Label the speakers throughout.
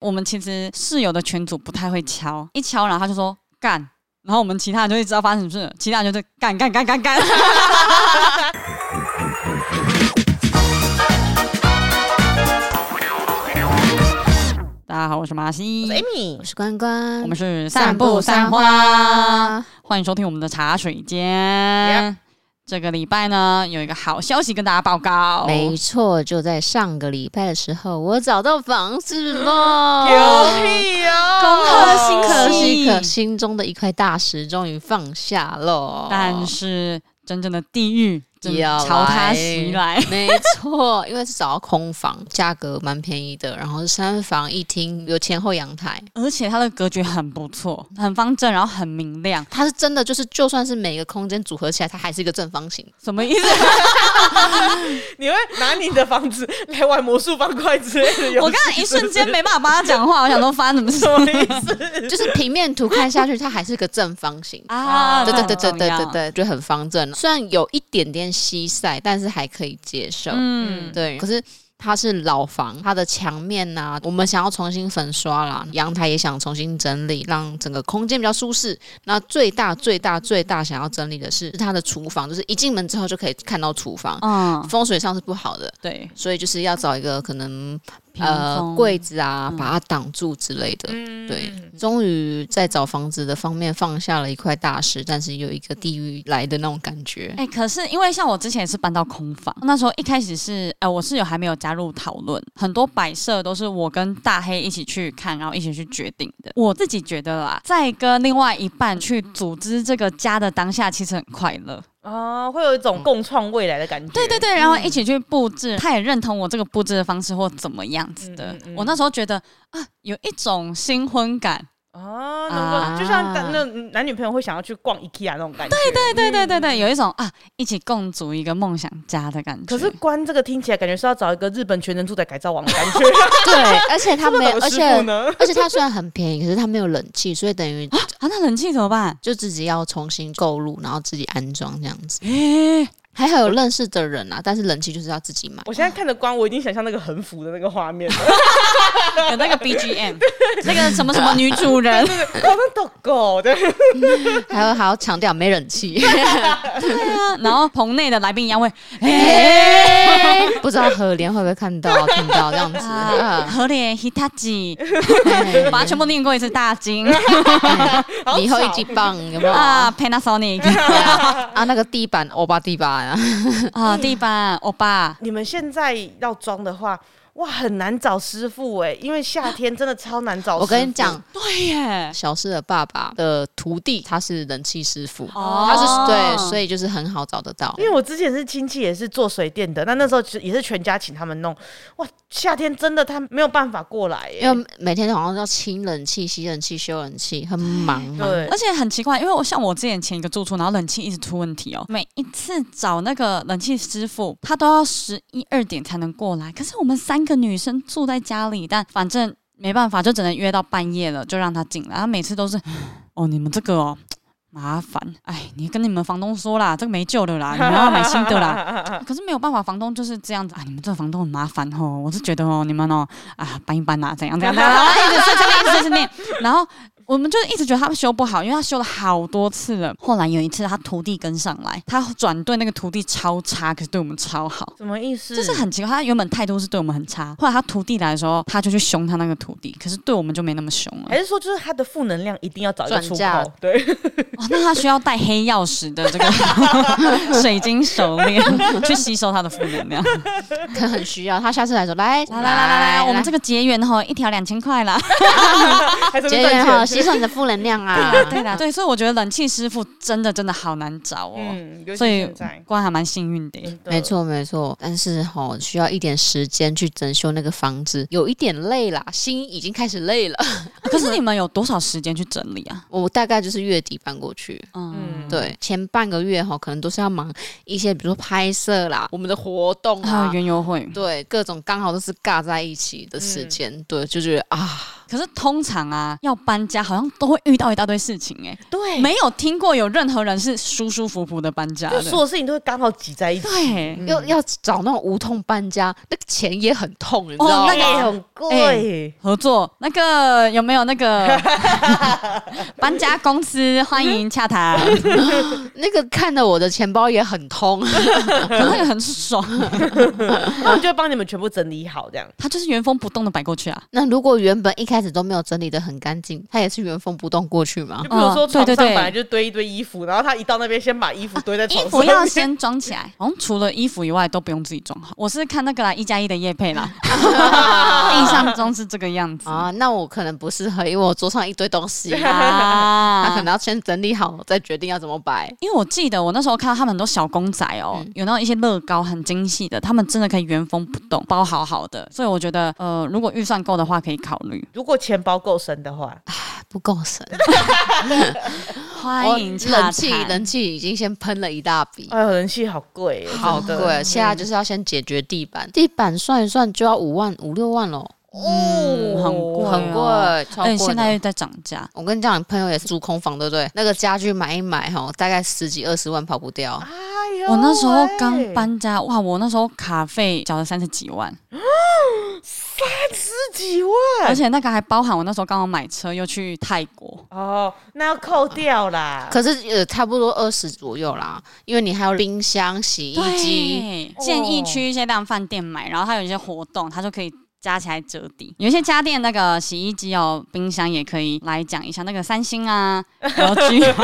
Speaker 1: 我们其实室友的群主不太会敲，一敲然后他就说干，然后我们其他人就会知道发生什么事了，其他人就是干干干干 干。大家好，我是马西，
Speaker 2: Amy，
Speaker 3: 我是关关，
Speaker 1: 我们是散步三花，，欢迎收听我们的茶水间。这个礼拜呢，有一个好消息跟大家报告，
Speaker 3: 没错，就在上个礼拜的时候，我找到房子了，
Speaker 2: 有屁哦！
Speaker 1: 恭贺新
Speaker 3: 可惜，
Speaker 1: 喜
Speaker 3: 可心中的一块大石终于放下了，
Speaker 1: 但是真正的地狱正
Speaker 3: 要
Speaker 1: 朝他
Speaker 3: 来
Speaker 1: 袭来。
Speaker 3: 没错，因为是找到空房，价格蛮便宜的，然后是三房一厅，有前后阳台。
Speaker 1: 而且它的格局很不错，很方正，然后很明亮，
Speaker 3: 它是真的，就是就算是每个空间组合起来，它还是一个正方形。
Speaker 1: 什么意思？
Speaker 2: 你会拿你的房子来玩魔术方块之类的游戏？
Speaker 1: 我刚刚一瞬间没办法帮他讲话，我想说发生什么 事
Speaker 2: 什么意思？
Speaker 3: 就是平面图看下去，它还是个正方形。
Speaker 1: 啊？
Speaker 3: 对对对对
Speaker 1: 这很
Speaker 3: 对
Speaker 1: 重要
Speaker 3: 对，对，就很方正。虽然有一点点西晒，但是还可以接受。
Speaker 1: 嗯，
Speaker 3: 对，可是它是老房，它的墙面呐、我们想要重新粉刷啦，阳台也想重新整理，让整个空间比较舒适。那最大最大最大想要整理的是它的厨房，就是一进门之后就可以看到厨房，
Speaker 1: 嗯，
Speaker 3: 风水上是不好的。
Speaker 1: 对，
Speaker 3: 所以就是要找一个可能
Speaker 1: 屏
Speaker 3: 呃
Speaker 1: 风
Speaker 3: 柜子啊
Speaker 1: 嗯，
Speaker 3: 把它挡住之类的。
Speaker 2: 嗯
Speaker 3: 对，终于在找房子的方面放下了一块大石，但是有一个地狱来的那种感觉。
Speaker 1: 哎、可是因为像我之前也是搬到空房，那时候一开始是，呃，我室友还没有加入讨论，很多摆设都是我跟大黑一起去看，然后一起去决定的。我自己觉得啦，在跟另外一半去组织这个家的当下，其实很快乐。
Speaker 2: 哦，会有一种共创未来的感觉。
Speaker 1: 对嗯对对，然后一起去布置，他也认同我这个布置的方式或怎么样子的。
Speaker 2: 嗯嗯嗯
Speaker 1: 我那时候觉得啊，有一种新婚感。
Speaker 2: 哦，能够、
Speaker 3: 啊
Speaker 2: 就像那那男女朋友会想要去逛 IKEA 那种感觉。对对。
Speaker 1: 对对对对对，有一种啊，一起共组一个梦想家的感觉。
Speaker 2: 可是关这个听起来感觉是要找一个日本全能住宅改造王的感觉，
Speaker 3: 对，而且它
Speaker 2: 这么
Speaker 3: 没有，
Speaker 2: 懂
Speaker 3: 而
Speaker 2: 师
Speaker 3: 且
Speaker 2: 傅呢？
Speaker 3: 而且它虽然很便宜，可是它没有冷气，所以等于
Speaker 1: 啊，那冷气怎么 办？
Speaker 3: 就自己要重新购入，然后自己安装这样 子。
Speaker 1: 诶、
Speaker 3: 还好有认识的人啊，但是冷气就是要自己 买。
Speaker 2: 我现在看着关，我已经想象那个横幅的那个画面了。
Speaker 1: 有那个 BGM，那个什么什么女主人，
Speaker 2: 我们的狗的，
Speaker 3: 还有还要强调没 冷气，
Speaker 1: 对啊， 然后棚内的来宾一样会，
Speaker 3: 不知道何莲会不会看到听到这 样子。
Speaker 1: 啊，
Speaker 3: 啊
Speaker 1: 和脸 Hitachi，
Speaker 3: 哎
Speaker 1: 把它全部念过一次，大 金
Speaker 2: 好哦
Speaker 3: 以后一
Speaker 2: 吵
Speaker 3: 级棒有没有
Speaker 1: 啊
Speaker 3: 啊？
Speaker 1: ，Panasonic
Speaker 3: 对 啊啊，那个地板欧巴地板啊，
Speaker 1: 啊，地板欧巴，
Speaker 2: 你们现在要装的话，哇，很难找师傅哎、因为夏天真的超难找师傅。
Speaker 3: 我跟你讲，，
Speaker 1: 对耶，
Speaker 3: 小四的爸爸的徒弟他是冷气师傅，
Speaker 1: 哦
Speaker 3: 他是对，所以就是很好找得到
Speaker 2: 因。为我之前是亲戚，也是做水电的，那那时候其实也是全家请他们弄。哇，夏天真的他没有办法过来欸耶、
Speaker 3: 因为每天好像要清冷气、洗冷气、修冷气，很忙嘛。
Speaker 2: 对
Speaker 1: 而，且很奇怪，因为我像我之前前一个住处，然后冷气一直出问题哦，每一次找那个冷气师傅，他都要十一二点才能过来。可是我们三个女生住在家里，但反正没办法，就只能约到半夜了，就让他进来。他每次都是，哦，你们这个哦。麻烦，哎，你跟你们房东说啦，这个没救了啦，你们要买新的啦。
Speaker 2: 啦。
Speaker 1: 可是没有办法，房东就是这样子啊！你们这个房东很麻烦哦，我是觉得哦，你们哦啊搬一搬呐、怎样怎 样，然后一直碎碎念，一直碎碎念，然后。我们就一直觉得他修不好，因为他修了好多次了。后来有一次，他徒弟跟上来，他转对那个徒弟超差，可是对我们超好，
Speaker 2: 什么意思？
Speaker 1: 这是很奇怪。他原本态度是对我们很差，后来他徒弟来的时候，他就去凶他那个徒弟，可是对我们就没那么凶了。
Speaker 2: 还是说就是他的负能量一定要找一个出
Speaker 3: 转
Speaker 2: 口
Speaker 3: 嫁？
Speaker 2: 对，
Speaker 1: 哇，哦那他需要戴黑曜石的 这个水晶手链去吸收他的负能量。
Speaker 3: 可能很需要。他下次来说，来
Speaker 1: 来来来来来，我们这个
Speaker 3: 个
Speaker 1: 结缘哈，一条两千块啦。
Speaker 2: 还是
Speaker 3: 结
Speaker 2: 赚
Speaker 3: 缘
Speaker 2: 钱
Speaker 3: 哈，吸收你的负能量啊。
Speaker 1: 对的，对，所以我觉得冷气师傅真的真的好难找哦，
Speaker 2: 嗯，尤其
Speaker 1: 所以
Speaker 2: 现在嗯
Speaker 1: 关还蛮幸运的耶。
Speaker 2: 真的
Speaker 3: 没错没错，但是吼、需要一点时间去整修那个房子，有一点累啦，心已经开始累了。
Speaker 1: 啊可是你们有多少时间去整理啊？
Speaker 3: 我大概就是月底搬过去。
Speaker 1: 嗯，
Speaker 2: 嗯
Speaker 3: 对，前半个月哈、可能都是要忙一些，比如说拍摄啦，我们的活动
Speaker 1: 还
Speaker 3: 啊
Speaker 1: 有，园游会，嗯
Speaker 3: 对，各种刚好都是尬在一起的时间，对，就觉得啊，
Speaker 1: 可是通常啊，要搬家好像都会遇到一大堆事情哎、
Speaker 2: 对，
Speaker 1: 没有听过有任何人是舒舒服服的搬家
Speaker 2: 就
Speaker 1: 的。
Speaker 2: 所有事情都会刚好挤在一起，
Speaker 1: 对，
Speaker 3: 要要找那种无痛搬家，那个钱也很痛，你知
Speaker 1: 哦
Speaker 3: 道
Speaker 1: 那
Speaker 3: 吗？
Speaker 1: 个
Speaker 2: 也哎很贵。
Speaker 1: 合作那个有没有那个 搬家公司欢迎洽谈？
Speaker 3: 那个看得我的钱包也很 痛。
Speaker 1: 可那个很爽，
Speaker 2: 那我就会帮你们全部整理好，这样。
Speaker 1: 他就是原封不动的摆过去啊。
Speaker 3: 那如果原本一开始都没有整理的很干净，它也是原封不动过去吗
Speaker 2: 就？比如说
Speaker 1: 嗯
Speaker 2: 床
Speaker 1: 对对
Speaker 2: 上
Speaker 1: 对
Speaker 2: 本来就堆一堆衣服，然后他一到那边先把衣服堆在床
Speaker 1: 衣
Speaker 2: 上，
Speaker 1: 服要先装起来，好像除了衣服以外都不用自己装好。我是看那个啦，一加一的叶配 啦，印象中是这个样 子啊。
Speaker 3: 啊，那我可能不适合，因为我桌上一堆东 西，他可能要先整理好，再决定要怎么摆。
Speaker 1: 因为我记得我那时候看到他们很多小公仔哦，有那种一些乐高很精细的，他们真的可以原封不动包好好的，所以我觉得呃，如果预算够的话可以考虑。
Speaker 2: 如果钱包够深的话，
Speaker 3: 不够深，我
Speaker 1: 欢迎
Speaker 3: 冷
Speaker 1: 洽
Speaker 3: 气
Speaker 1: 谈
Speaker 3: 冷气已经先喷了一大笔，
Speaker 2: 哎呦，人气好贵耶，
Speaker 3: 好
Speaker 2: 真的
Speaker 3: 贵。现在就是要先解决地板，地板算一算就要五万五六万喽，
Speaker 2: 哦，
Speaker 1: 很贵哦
Speaker 3: 很贵，超
Speaker 1: 哎，
Speaker 3: 贵的。
Speaker 1: 现在又在涨价，
Speaker 3: 啊我跟你讲，你朋友也是租空房，对不对？那个家具买一买哈，大概十几二十万跑不掉。
Speaker 2: 哎呦
Speaker 1: 我那时候刚
Speaker 2: 喂
Speaker 1: 搬家，哇，我那时候卡费缴了三十几万，
Speaker 2: 十几万
Speaker 1: 而且那个还包含我那时候刚好买车又去泰国，
Speaker 2: 哦，那要扣掉啦。
Speaker 3: 可是呃，差不多二十左右啦，因为你还有冰箱、洗衣机。
Speaker 1: 对，建议去一些量饭店买，然后它有一些活动，它就可以。加起来折抵，有一些家电那个洗衣机哦，冰箱也可以来讲一下那个三星啊、LG，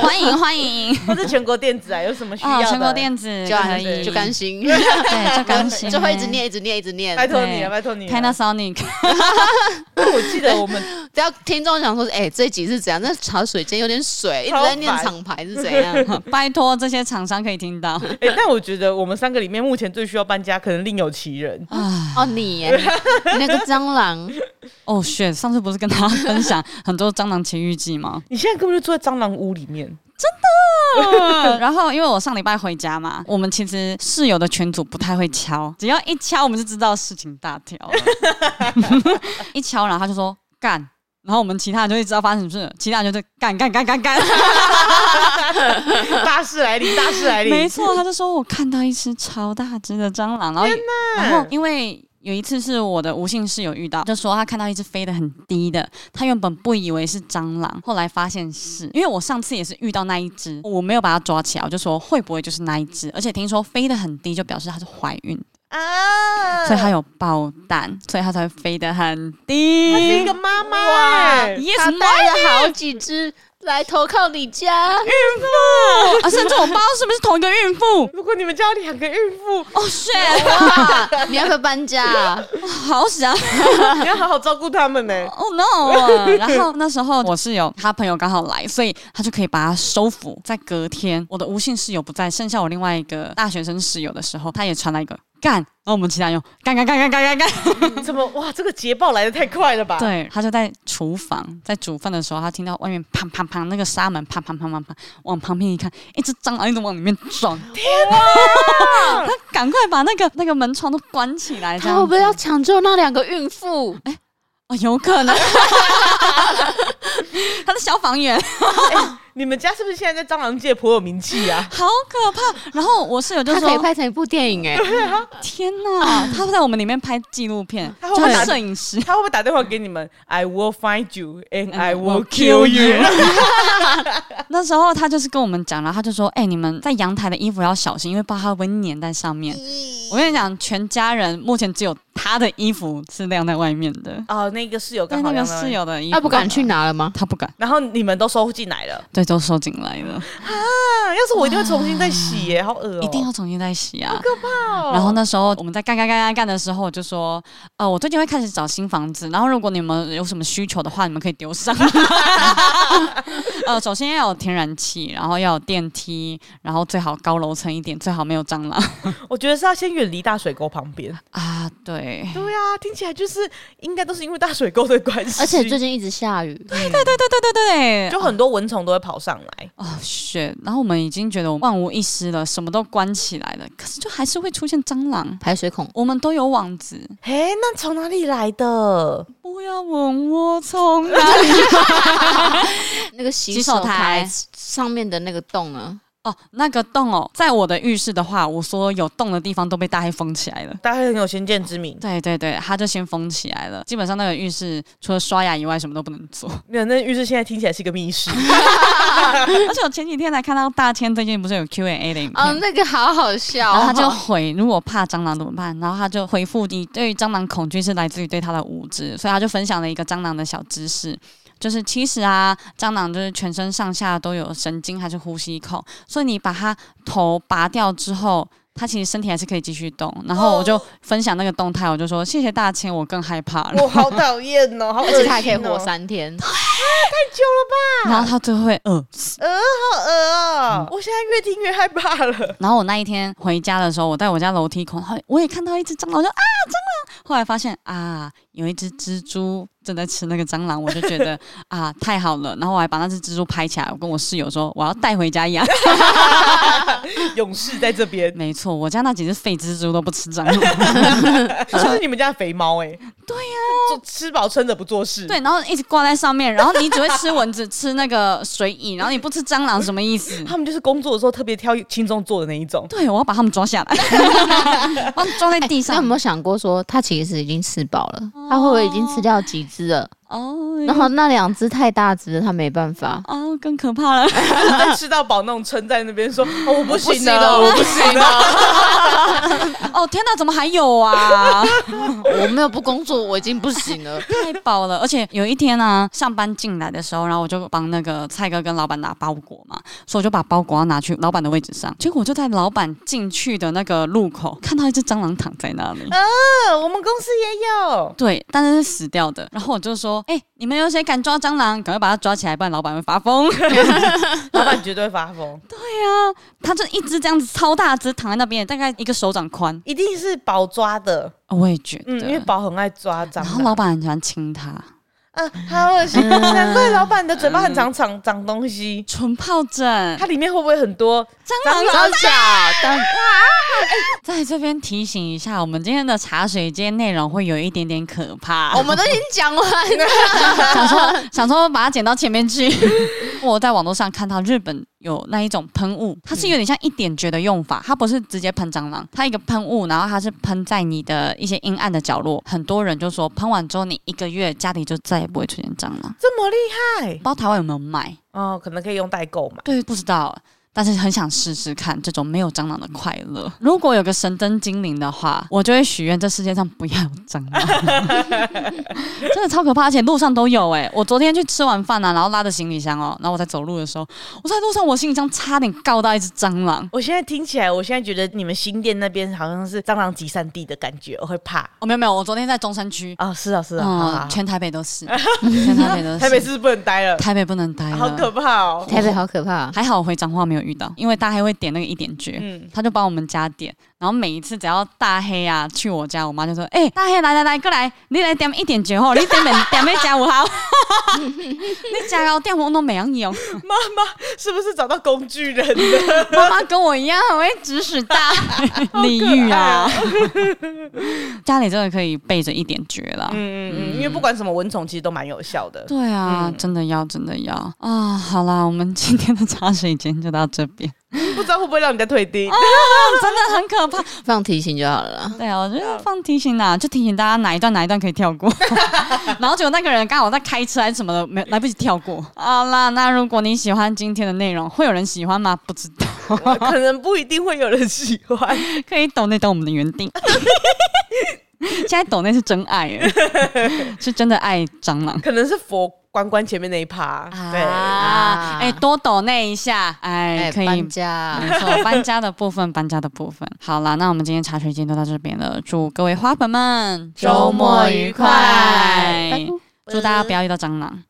Speaker 1: 欢迎欢迎
Speaker 2: 或是全国电子啊，有什么需要
Speaker 1: 哦，
Speaker 2: 的？
Speaker 1: 全国电子
Speaker 3: 就
Speaker 1: 可
Speaker 3: 安
Speaker 1: 以，
Speaker 3: 就甘 心，
Speaker 1: 对，就甘心，
Speaker 3: 就会一直念，一直念，一直念。
Speaker 2: 拜托你
Speaker 1: 对
Speaker 2: 了，拜托你了。啊
Speaker 1: Panasonic，
Speaker 2: 我记得我们
Speaker 3: 只要听众想说，哎、这一集是怎样？那茶水间有点水，一直
Speaker 2: 超
Speaker 3: 在念
Speaker 2: 烦
Speaker 3: 厂牌是怎样？
Speaker 1: 拜托这些厂商可以听 到，
Speaker 2: 哎、但我觉得我们三个里面目前最需要搬家，可能另有其人。
Speaker 1: 啊
Speaker 3: 哦，你耶，你你那个蟑螂，
Speaker 1: 哦，雪，上次不是跟大家分享很多蟑螂奇遇记 吗？
Speaker 2: 你现在根本就住在蟑螂屋里 面，
Speaker 1: 然后因为我上礼拜回家嘛，我们其实室友的群组不太会敲，只要一敲我们就知道事情大条 了。一敲，然后他就说干，然后我们其他人就会知道发生什么事了，其他人就是干干干干干。
Speaker 2: 大事来临，大事来临。
Speaker 1: 没错，他就说我看到一只超大只的蟑螂，然后也
Speaker 2: 嗯
Speaker 1: 然后因为。有一次是我的无性室友遇到，就说他看到一只飞得很低的，他原本不以为是蟑螂，后来发现是因为我上次也是遇到那一只，我没有把它抓起来，我就说会不会就是那一只？而且听说飞得很低就表示它是怀孕，
Speaker 2: 啊
Speaker 1: 所以它有爆蛋，所以它才会飞得很
Speaker 2: 她是
Speaker 1: 低
Speaker 2: 一。个妈妈、哎
Speaker 3: 它
Speaker 1: Yes,
Speaker 3: 带了好几只来投靠你 家。
Speaker 1: my- 啊，甚至我不知道是不是同一个孕妇。
Speaker 2: 如果你们家有两个孕妇，
Speaker 1: 哦、shit，
Speaker 3: 哇，你要不要搬家、
Speaker 1: 好想
Speaker 2: 你要好好照顾他们呢、
Speaker 1: 哦、no！然 后那时候我室友他朋友刚好来，所以他就可以把它收服。在隔天，我的无性室友不在，剩下我另外一个大学生室友的时候，他也传来一个干，然后我们其他人用干干干干干干干。
Speaker 2: 怎么哇？这个捷报来的太快了吧？
Speaker 1: 对，他就在厨房在煮饭的时候，他听到外面砰砰砰那个纱门砰砰砰砰砰，往旁边一看，一只蟑螂一直往里面撞。天哪！他赶快把那个那个门窗都关起来，这
Speaker 3: 他
Speaker 1: 样
Speaker 3: 会不会
Speaker 1: 子
Speaker 3: 要抢救那两个孕妇？
Speaker 1: 哦，有可 能。他的消防员。
Speaker 2: 哎你们家是不是现在在蟑螂界颇有名气 啊？
Speaker 1: 好可怕！然后我室友就
Speaker 3: 他可以
Speaker 1: 说
Speaker 3: 拍成一部电影哎、：“
Speaker 1: 天哪，他在我们里面拍纪录片，
Speaker 2: 他会不
Speaker 1: 就
Speaker 2: 会
Speaker 1: 是
Speaker 2: 打
Speaker 1: 摄影师。
Speaker 2: 他会不会打电话给你们？I will find you and I
Speaker 1: will
Speaker 2: will
Speaker 1: kill
Speaker 2: kill you。
Speaker 1: 那时候他就是跟我们讲，然后他就说：‘哎、你们在阳台的衣服要小心，因为不知道它会不会粘在上面。’我跟你讲，全家人目前只有他的衣服是晾在外面的，
Speaker 2: 哦，那个室友
Speaker 1: 但
Speaker 2: 刚好
Speaker 1: 那个
Speaker 2: 两人
Speaker 1: 室，友的衣服，
Speaker 3: 他不敢去，拿了 吗？
Speaker 1: 他不敢，
Speaker 2: 然后你们都收进来了。
Speaker 1: 对，都收进来了，
Speaker 2: 啊，要是我一定会重新再洗耶，好恶哦、
Speaker 1: 一定要重新再洗啊。”
Speaker 2: 要
Speaker 1: 然后？那时候我们在干干干干干的时候，我就说，呃，我最近会开始找新房子，然后如果你们有什么需求的话，你们可以丢 上来。呃，首先要有天然气，然后要有电梯，然后最好高楼层一点，最好没有蟑螂
Speaker 2: 我觉得是要先远离大水沟旁边。
Speaker 1: 啊。对，
Speaker 2: 对啊，听起来就是应 该都是因为大水沟的关系，
Speaker 3: 而且最近一直下雨，
Speaker 1: 对对对对对对，
Speaker 2: 就很多蚊虫都会跑跑上来。
Speaker 1: 哦，是。然后我们已经觉得万无一失了，什么都关起来了，可是就还是会出现蟑螂。
Speaker 3: 排水孔
Speaker 1: 我们都有网子，
Speaker 2: 哎，那从哪里来的？
Speaker 1: 不要问我从哪里。
Speaker 3: 那个洗
Speaker 1: 洗手
Speaker 3: 手台
Speaker 1: 台
Speaker 3: 上面的那个洞啊呢？
Speaker 1: 哦，那个洞哦，在我的浴室的话，我所有洞的地方都被大黑封起来了。
Speaker 2: 大家很有先见之明，
Speaker 1: 对对对，它就先封起来了。基本上那个浴室除了刷牙以外，什么都不能做。
Speaker 2: 那那浴室现在听起来是一个密室。
Speaker 1: 而且我前几天才看到大千最近不是有 Q&A 的影片。
Speaker 3: 哦，那个好好笑、
Speaker 1: 然
Speaker 3: 哦。
Speaker 1: 后他 就回，如果怕蟑螂怎么办？然后他就回复你对于蟑螂恐惧是来自于对它的无知，所以他就分享了一个蟑螂的小知识，就是其实啊，蟑螂就是全身上下都有神经还是呼吸孔，所以你把它头拔掉之后。它其实身体还是可以继续动，然后我就分享那个动态，我就说谢谢大千，我更害怕了。
Speaker 2: 我好讨厌哦，好恶
Speaker 3: 而
Speaker 2: 心、哦，
Speaker 3: 且它还可以活，三天，
Speaker 1: 然后他就会呃，
Speaker 2: 好恶哦、我现在越听越害怕了。
Speaker 1: 然后我那一天回家的时候，我在我家楼梯口，然后我也看到一只蟑螂，我就啊蟑螂。后来发现啊，有一只蜘蛛正在吃那个蟑螂，我就觉得啊太好了。然后我还把那只蜘蛛拍起来，我跟我室友说我要带回家养。，
Speaker 2: 勇士在这边
Speaker 1: 没错，我家那几只废蜘蛛都不吃蟑螂，
Speaker 2: 就是你们家的肥猫哎、对呀、做吃饱撑着不做事。
Speaker 1: 对，然后一直挂在上面，然后你只会吃蚊子、吃那个水蚁，然后你不吃蟑螂，什么意思？
Speaker 2: 他们就是工作的时候特别挑轻松做的那一种。
Speaker 1: 对，我要把它们抓下来， 把它们装在地
Speaker 3: 哎那有
Speaker 1: 上。
Speaker 3: 没有想过说，它其实已经吃饱了，它会不会已经吃掉几只了？
Speaker 1: 哦，
Speaker 3: 然后那两只太大只了，它没办法。
Speaker 1: 哦，更可怕了。
Speaker 2: 在吃到饱那种撑在那边说、哦我不
Speaker 3: 不
Speaker 2: 行
Speaker 3: 行了，我不行了，
Speaker 1: 哦天哪，怎么还有啊？
Speaker 3: 我没有不工作，我已经不行 了。
Speaker 1: 太饱了，而且有一天呢、上班进来的时候，然后我就帮那个蔡哥跟老板拿包裹嘛，所以我就把包裹要拿去老板的位置上，结果我就在老板进去的那个路口看到一只蟑螂躺在那里，
Speaker 2: 呃， 我们公司也 有。
Speaker 1: 对，但是是死掉的。然后我就说，哎、你们有谁敢抓蟑螂？赶快把它抓起来，不然老板会发疯。
Speaker 2: 老板绝对会发疯，
Speaker 1: 它就一只这样子超大只躺在那边，大概一个手掌宽，哦
Speaker 2: 一定是宝抓的，
Speaker 1: 我也觉得。
Speaker 2: 嗯，因为宝很爱抓蟑
Speaker 1: 然后老
Speaker 2: 螂，
Speaker 1: 板很喜欢亲它，
Speaker 2: 嗯，好恶心，难怪老板的嘴巴很常长长东西，
Speaker 1: 唇疱疹
Speaker 2: 它。里面会不会很多
Speaker 1: 蟑螂
Speaker 3: 真假？但
Speaker 1: 在这边提醒一下，我们今天的茶水间内容会有一点点可怕。
Speaker 3: 我们都已经讲完了。
Speaker 1: 想说想说把它剪到前面去。 我在网络上看到日本有那一种喷雾，它是有点像一点绝的用法，它不是直接喷蟑螂，它一个喷雾，然后它是喷在你的一些阴暗的角落。很多人就说喷完之后，你一个月家里就再也不会出现蟑螂。
Speaker 2: 这么厉害
Speaker 1: 不知道台湾有没有卖？
Speaker 2: 哦，可能可以用代购嘛。
Speaker 1: 对，不知道。但是很想试试看这种没有蟑螂的快乐。如果有个神灯精灵的话，我就会许愿这世界上不要有蟑螂， 真的超可怕，而且路上都有哎、我昨天去吃完饭啊，然后拉着行李箱哦，然后我在走路的时候，我在路上我行李箱差点告到一只蟑螂。
Speaker 2: 我现在听起来，我现在觉得你们新店那边好像是蟑螂集散地的感觉，我会怕。
Speaker 1: 哦，没有没有，我昨天在中山区，
Speaker 2: 哦，是啊，是啊，好好
Speaker 1: 嗯，
Speaker 2: 好
Speaker 1: 全台北都 是，全台北都是，
Speaker 2: 台北是不是不能待了，
Speaker 1: 台北不能待了，
Speaker 2: 好可怕哦。
Speaker 3: 台北好可怕，
Speaker 1: 还好我回彰化没有遇到，因为大黑会点那个一点绝，
Speaker 2: 嗯
Speaker 1: 他就帮我们加点。然后每一次只要大黑啊去我家，我妈就说：“哎、大黑来来来，过来，你来点一点绝哦，你点 本点要加五号， 你加到电红都没人用。
Speaker 2: 妈妈是不是找到工具人了？”
Speaker 1: 妈妈跟我一样，我会指使 大黑李玉啊， 家里真的可以备着一点绝了。
Speaker 2: 啊嗯嗯嗯，因为不管什么蚊虫，其实都蛮有效的。
Speaker 1: 对啊，
Speaker 2: 嗯
Speaker 1: 真的要，真的要啊！好啦，我们今天的茶水间就到这 边， 哦
Speaker 2: 不知道会不会让你再退订？
Speaker 1: 真的很可怕。
Speaker 3: 放提醒就好了啦。
Speaker 1: 对啊，我觉得放提醒啦，就提醒大家哪一段哪一段可以跳 过，然后结果那个人刚好在开车还是什么的，没来不及跳过。好啦，那如果你喜欢今天的内容，会有人喜欢吗？不知道，
Speaker 2: 可能不一定会有人喜欢。
Speaker 1: 可以抖内抖我们的原定。 现在抖内是真爱 耶，是真的爱蟑螂
Speaker 2: 可能是佛关关前面那一趴，对，
Speaker 1: 啊！哎、多抖内一下，哎，
Speaker 3: 哎，
Speaker 1: 可以
Speaker 3: 搬。家
Speaker 1: 没，错，搬家的部 分，搬家的部分。好啦，那我们今天茶水间就到这边了，祝各位花粉们
Speaker 3: 周末愉快
Speaker 1: 祝大家不要遇到蟑螂。